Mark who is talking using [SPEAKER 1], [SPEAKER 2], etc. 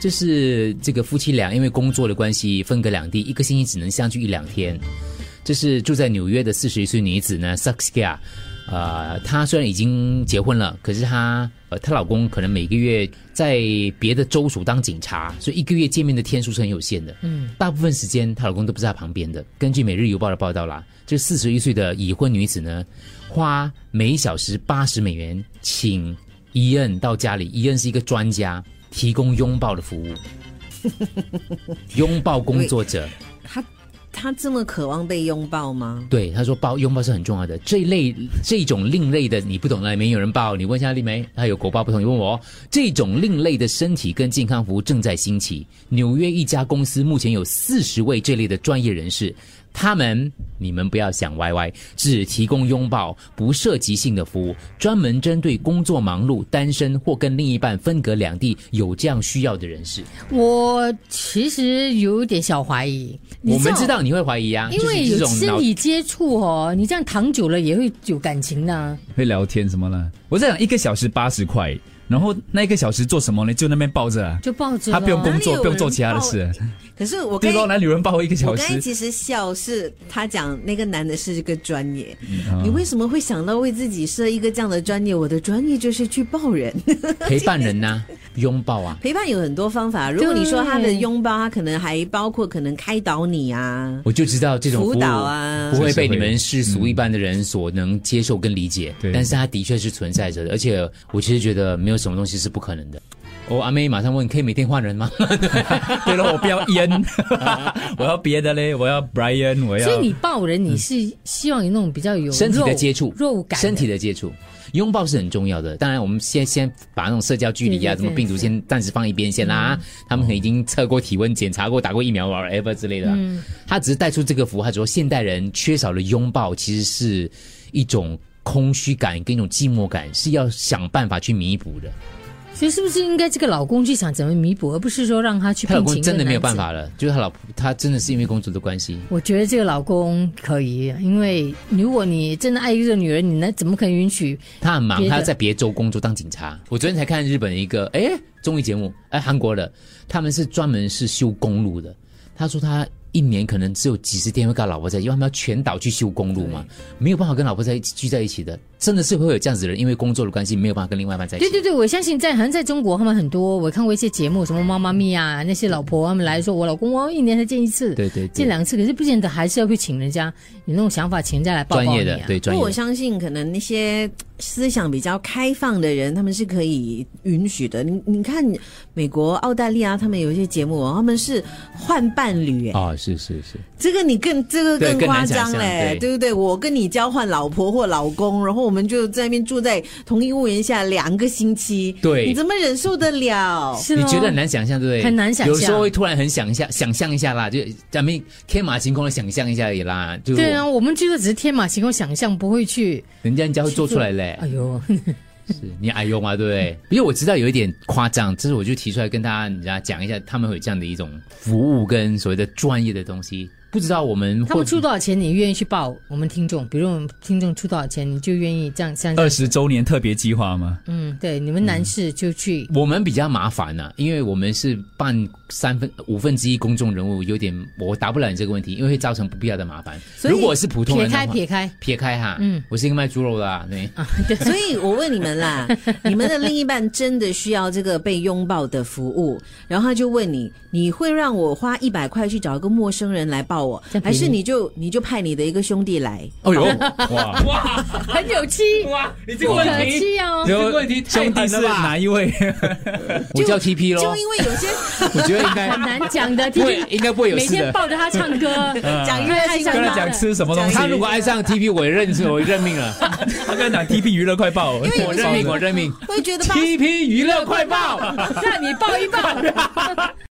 [SPEAKER 1] 就是这个夫妻俩因为工作的关系分隔两地，一个星期只能相聚一两天。这是住在纽约的四十一岁女子呢 s a x i a 呃，她虽然已经结婚了，可是她呃，她老公可能每个月在别的州属当警察，所以一个月见面的天数是很有限的。嗯，大部分时间她老公都不在她旁边的。根据《每日邮报》的报道啦，这四十一岁的已婚女子呢，花每小时八十美元请伊恩到家里，伊恩是一个专家，提供拥抱的服务，拥抱工作者。
[SPEAKER 2] 他他这么渴望被拥抱吗？
[SPEAKER 1] 对，他说抱拥抱是很重要的。这一类这种另类的，你不懂的，里面有人抱，你问一下丽梅，她有狗抱不同，你问我，这种另类的身体跟健康服务正在兴起。纽约一家公司目前有四十位这类的专业人士，他们你们不要想歪歪，只提供拥抱，不涉及性的服务，专门针对工作忙碌、单身或跟另一半分隔两地有这样需要的人士。
[SPEAKER 3] 我其实有点小怀疑，你
[SPEAKER 1] 我们知。道你会怀疑啊，
[SPEAKER 3] 因为
[SPEAKER 1] 就是这
[SPEAKER 3] 有
[SPEAKER 1] 种
[SPEAKER 3] 身
[SPEAKER 1] 脑
[SPEAKER 3] 体接触哦，你这样躺久了也会有感情的、
[SPEAKER 4] 会聊天什么啦。我在想一个小时八十块，然后那一个小时做什么呢？就那边抱着啊，
[SPEAKER 3] 就抱着咯。
[SPEAKER 4] 他不用工
[SPEAKER 2] 哪里有
[SPEAKER 4] 作，
[SPEAKER 2] 人
[SPEAKER 4] 不用做其他的事。
[SPEAKER 2] 可是我
[SPEAKER 4] 最
[SPEAKER 2] 跟
[SPEAKER 4] 多男女人抱一个
[SPEAKER 2] 我
[SPEAKER 4] 小
[SPEAKER 2] 刚才
[SPEAKER 4] 时，
[SPEAKER 2] 其实笑是他讲那个男的是一个专业，
[SPEAKER 4] 嗯啊
[SPEAKER 2] 你为什么会想到为自己设一个这样的专业？我的专业就是去抱人，
[SPEAKER 1] 陪伴人呐、拥抱啊。
[SPEAKER 2] 陪伴有很多方法。如果你说他的
[SPEAKER 3] 对
[SPEAKER 2] 拥抱，他可能还包括可能开导你啊，
[SPEAKER 1] 我就知道这种服务
[SPEAKER 2] 辅导啊
[SPEAKER 1] 不会被你们世俗一般的人所能接受跟理解。
[SPEAKER 4] 对
[SPEAKER 1] 但是它的确是存在着的，而且我其实觉得没有什么东西是不可能的。哦，阿妹马上问，可以每天换人吗？
[SPEAKER 4] 对了，我不要 烟，我要别的嘞，我要 Brian，我要。
[SPEAKER 3] 所以你抱人，你是希望有那种比较有
[SPEAKER 1] 嗯身体
[SPEAKER 3] 肉
[SPEAKER 1] 的接触，
[SPEAKER 3] 肉感的，
[SPEAKER 1] 身体的接触，拥抱是很重要的。当然，我们先先把那种社交距离啊，
[SPEAKER 3] 对对嗯
[SPEAKER 1] 什么病毒
[SPEAKER 3] 对
[SPEAKER 1] 先暂时放一边先啦、他们可能已经测过体温、检查过、打过疫苗啊，whatever 之类的啊、
[SPEAKER 3] 嗯
[SPEAKER 1] 他只是带出这个符号，说现代人缺少了拥抱，其实是一种空虚感跟一种寂寞感，是要想办法去弥补的。
[SPEAKER 3] 所以是不是应该这个老公去想怎么弥补，而不是说让他去
[SPEAKER 1] 她老
[SPEAKER 3] 病
[SPEAKER 1] 公
[SPEAKER 3] 情？
[SPEAKER 1] 真的没有办。法了，就是她老婆，她真的是因为工作的关系，
[SPEAKER 3] 我觉得这个老公可以，因为如果你真的爱一个女人，你那怎么可以允许？
[SPEAKER 1] 她很忙，
[SPEAKER 3] 别的
[SPEAKER 1] 她在别州工作当警察。我昨天才看日本一个哎综艺节目，哎韩国的，他们是专门是修公路的。他说他一年可能只有几十天会跟他老婆在一起，因为他们要全岛去修公路嘛，没有办法跟老婆在一起聚在一起的，真的是会有这样子的人，因为工作的关系没有办法跟另外一半在一起。
[SPEAKER 3] 对对对，我相信在好像在中国，他们很多我看过一些节目，什么妈妈咪啊，那些老婆他们来说，我老公我一年才见一次，
[SPEAKER 1] 对对对
[SPEAKER 3] 见两次，可是不见得还是要去请人家有那种想法，请人家来抱抱
[SPEAKER 1] 专
[SPEAKER 3] 你、啊、
[SPEAKER 1] 业的对
[SPEAKER 2] 不
[SPEAKER 1] 专
[SPEAKER 2] 过
[SPEAKER 1] 业
[SPEAKER 2] 我
[SPEAKER 1] 的，
[SPEAKER 2] 相信，可能那些思想比较开放的人，他们是可以允许的。你你看，美国、澳大利亚，他们有一些节目哦，他们是换伴侣，哎、
[SPEAKER 1] 哦，是是是，
[SPEAKER 2] 这个你更这个
[SPEAKER 1] 对
[SPEAKER 2] 更
[SPEAKER 1] 更
[SPEAKER 2] 夸
[SPEAKER 1] 难想
[SPEAKER 2] 张
[SPEAKER 1] 象
[SPEAKER 2] 嘞
[SPEAKER 1] 对，
[SPEAKER 2] 对不对？我跟你交换老婆或老公，然后我们就在那边住在同一屋檐下两个星期，
[SPEAKER 1] 对
[SPEAKER 2] 你怎么忍受得 了？
[SPEAKER 3] 是
[SPEAKER 1] 你
[SPEAKER 3] 咯
[SPEAKER 1] 觉得很难想象，对不对？
[SPEAKER 3] 啊很难想象
[SPEAKER 1] 有时候会突然很想一下，想象一下啦，就咱们天马行空的想象一下而已啦。就
[SPEAKER 3] 对啊，我们觉得只是天马行空想象，不会去。
[SPEAKER 1] 人家人家会做出来嘞。
[SPEAKER 3] 哎呦，
[SPEAKER 1] 是你爱用嘛，对不对？因为我知道有一点夸张，这是我就提出来跟大家人家讲一下，他们会有这样的一种服务跟所谓的专业的东西，不知道我们
[SPEAKER 3] 他
[SPEAKER 1] 会
[SPEAKER 3] 们出多少钱，你愿意去报我们听众？比如我们听众出多少钱，你就愿意这样这样。
[SPEAKER 1] 呃
[SPEAKER 4] 二十周年特别计 划吗？
[SPEAKER 3] 嗯，对，你们男士就去。
[SPEAKER 1] 我们比较麻烦呐、因为我们是办三分五分之一公众人物，有点我答不了你这个问题，因为会造成不必要的麻烦。
[SPEAKER 3] 所以
[SPEAKER 1] 如果是普通
[SPEAKER 3] 撇
[SPEAKER 1] 人的话
[SPEAKER 3] 开，撇开
[SPEAKER 1] 撇开哈，
[SPEAKER 3] 嗯
[SPEAKER 1] 嗯，我是一个卖猪肉的、啊，对，
[SPEAKER 2] 所以我问你 们啦，你们的另一半真的需要这个被拥抱的服务，然后他就问你，你会让我花一百块去找一个陌生人来抱我
[SPEAKER 3] 这样，
[SPEAKER 2] 还
[SPEAKER 3] 便宜
[SPEAKER 2] 是你就你就派你的一个兄弟来？
[SPEAKER 1] 哦 哟，
[SPEAKER 4] 哇，
[SPEAKER 3] 很有气，
[SPEAKER 1] 哇，你这
[SPEAKER 3] 不可气哦。
[SPEAKER 4] 然后
[SPEAKER 1] 这个问题太
[SPEAKER 4] 兄弟
[SPEAKER 1] 狠
[SPEAKER 4] 是
[SPEAKER 1] 了吧
[SPEAKER 4] 哪一位？
[SPEAKER 1] 我叫 TP
[SPEAKER 2] 就
[SPEAKER 1] 咯，
[SPEAKER 2] 因为有些
[SPEAKER 1] 我觉得应该
[SPEAKER 3] 很难 讲的，
[SPEAKER 1] 不会，应该不会有
[SPEAKER 3] 每
[SPEAKER 1] 事
[SPEAKER 3] 天
[SPEAKER 1] 的。
[SPEAKER 3] 抱着他唱歌，
[SPEAKER 2] 讲越
[SPEAKER 3] 越来
[SPEAKER 2] 开
[SPEAKER 3] 越
[SPEAKER 2] 心
[SPEAKER 3] 想
[SPEAKER 4] 跟
[SPEAKER 3] 了
[SPEAKER 4] 他讲吃什么东西，
[SPEAKER 1] 他如果爱上 TP，我也认我也认命了。
[SPEAKER 4] 他跟他讲 TP 娱乐快报，
[SPEAKER 1] 我 认命，我认命。
[SPEAKER 2] 会觉得吧。
[SPEAKER 1] TP 娱乐快报。
[SPEAKER 3] 让你抱一抱。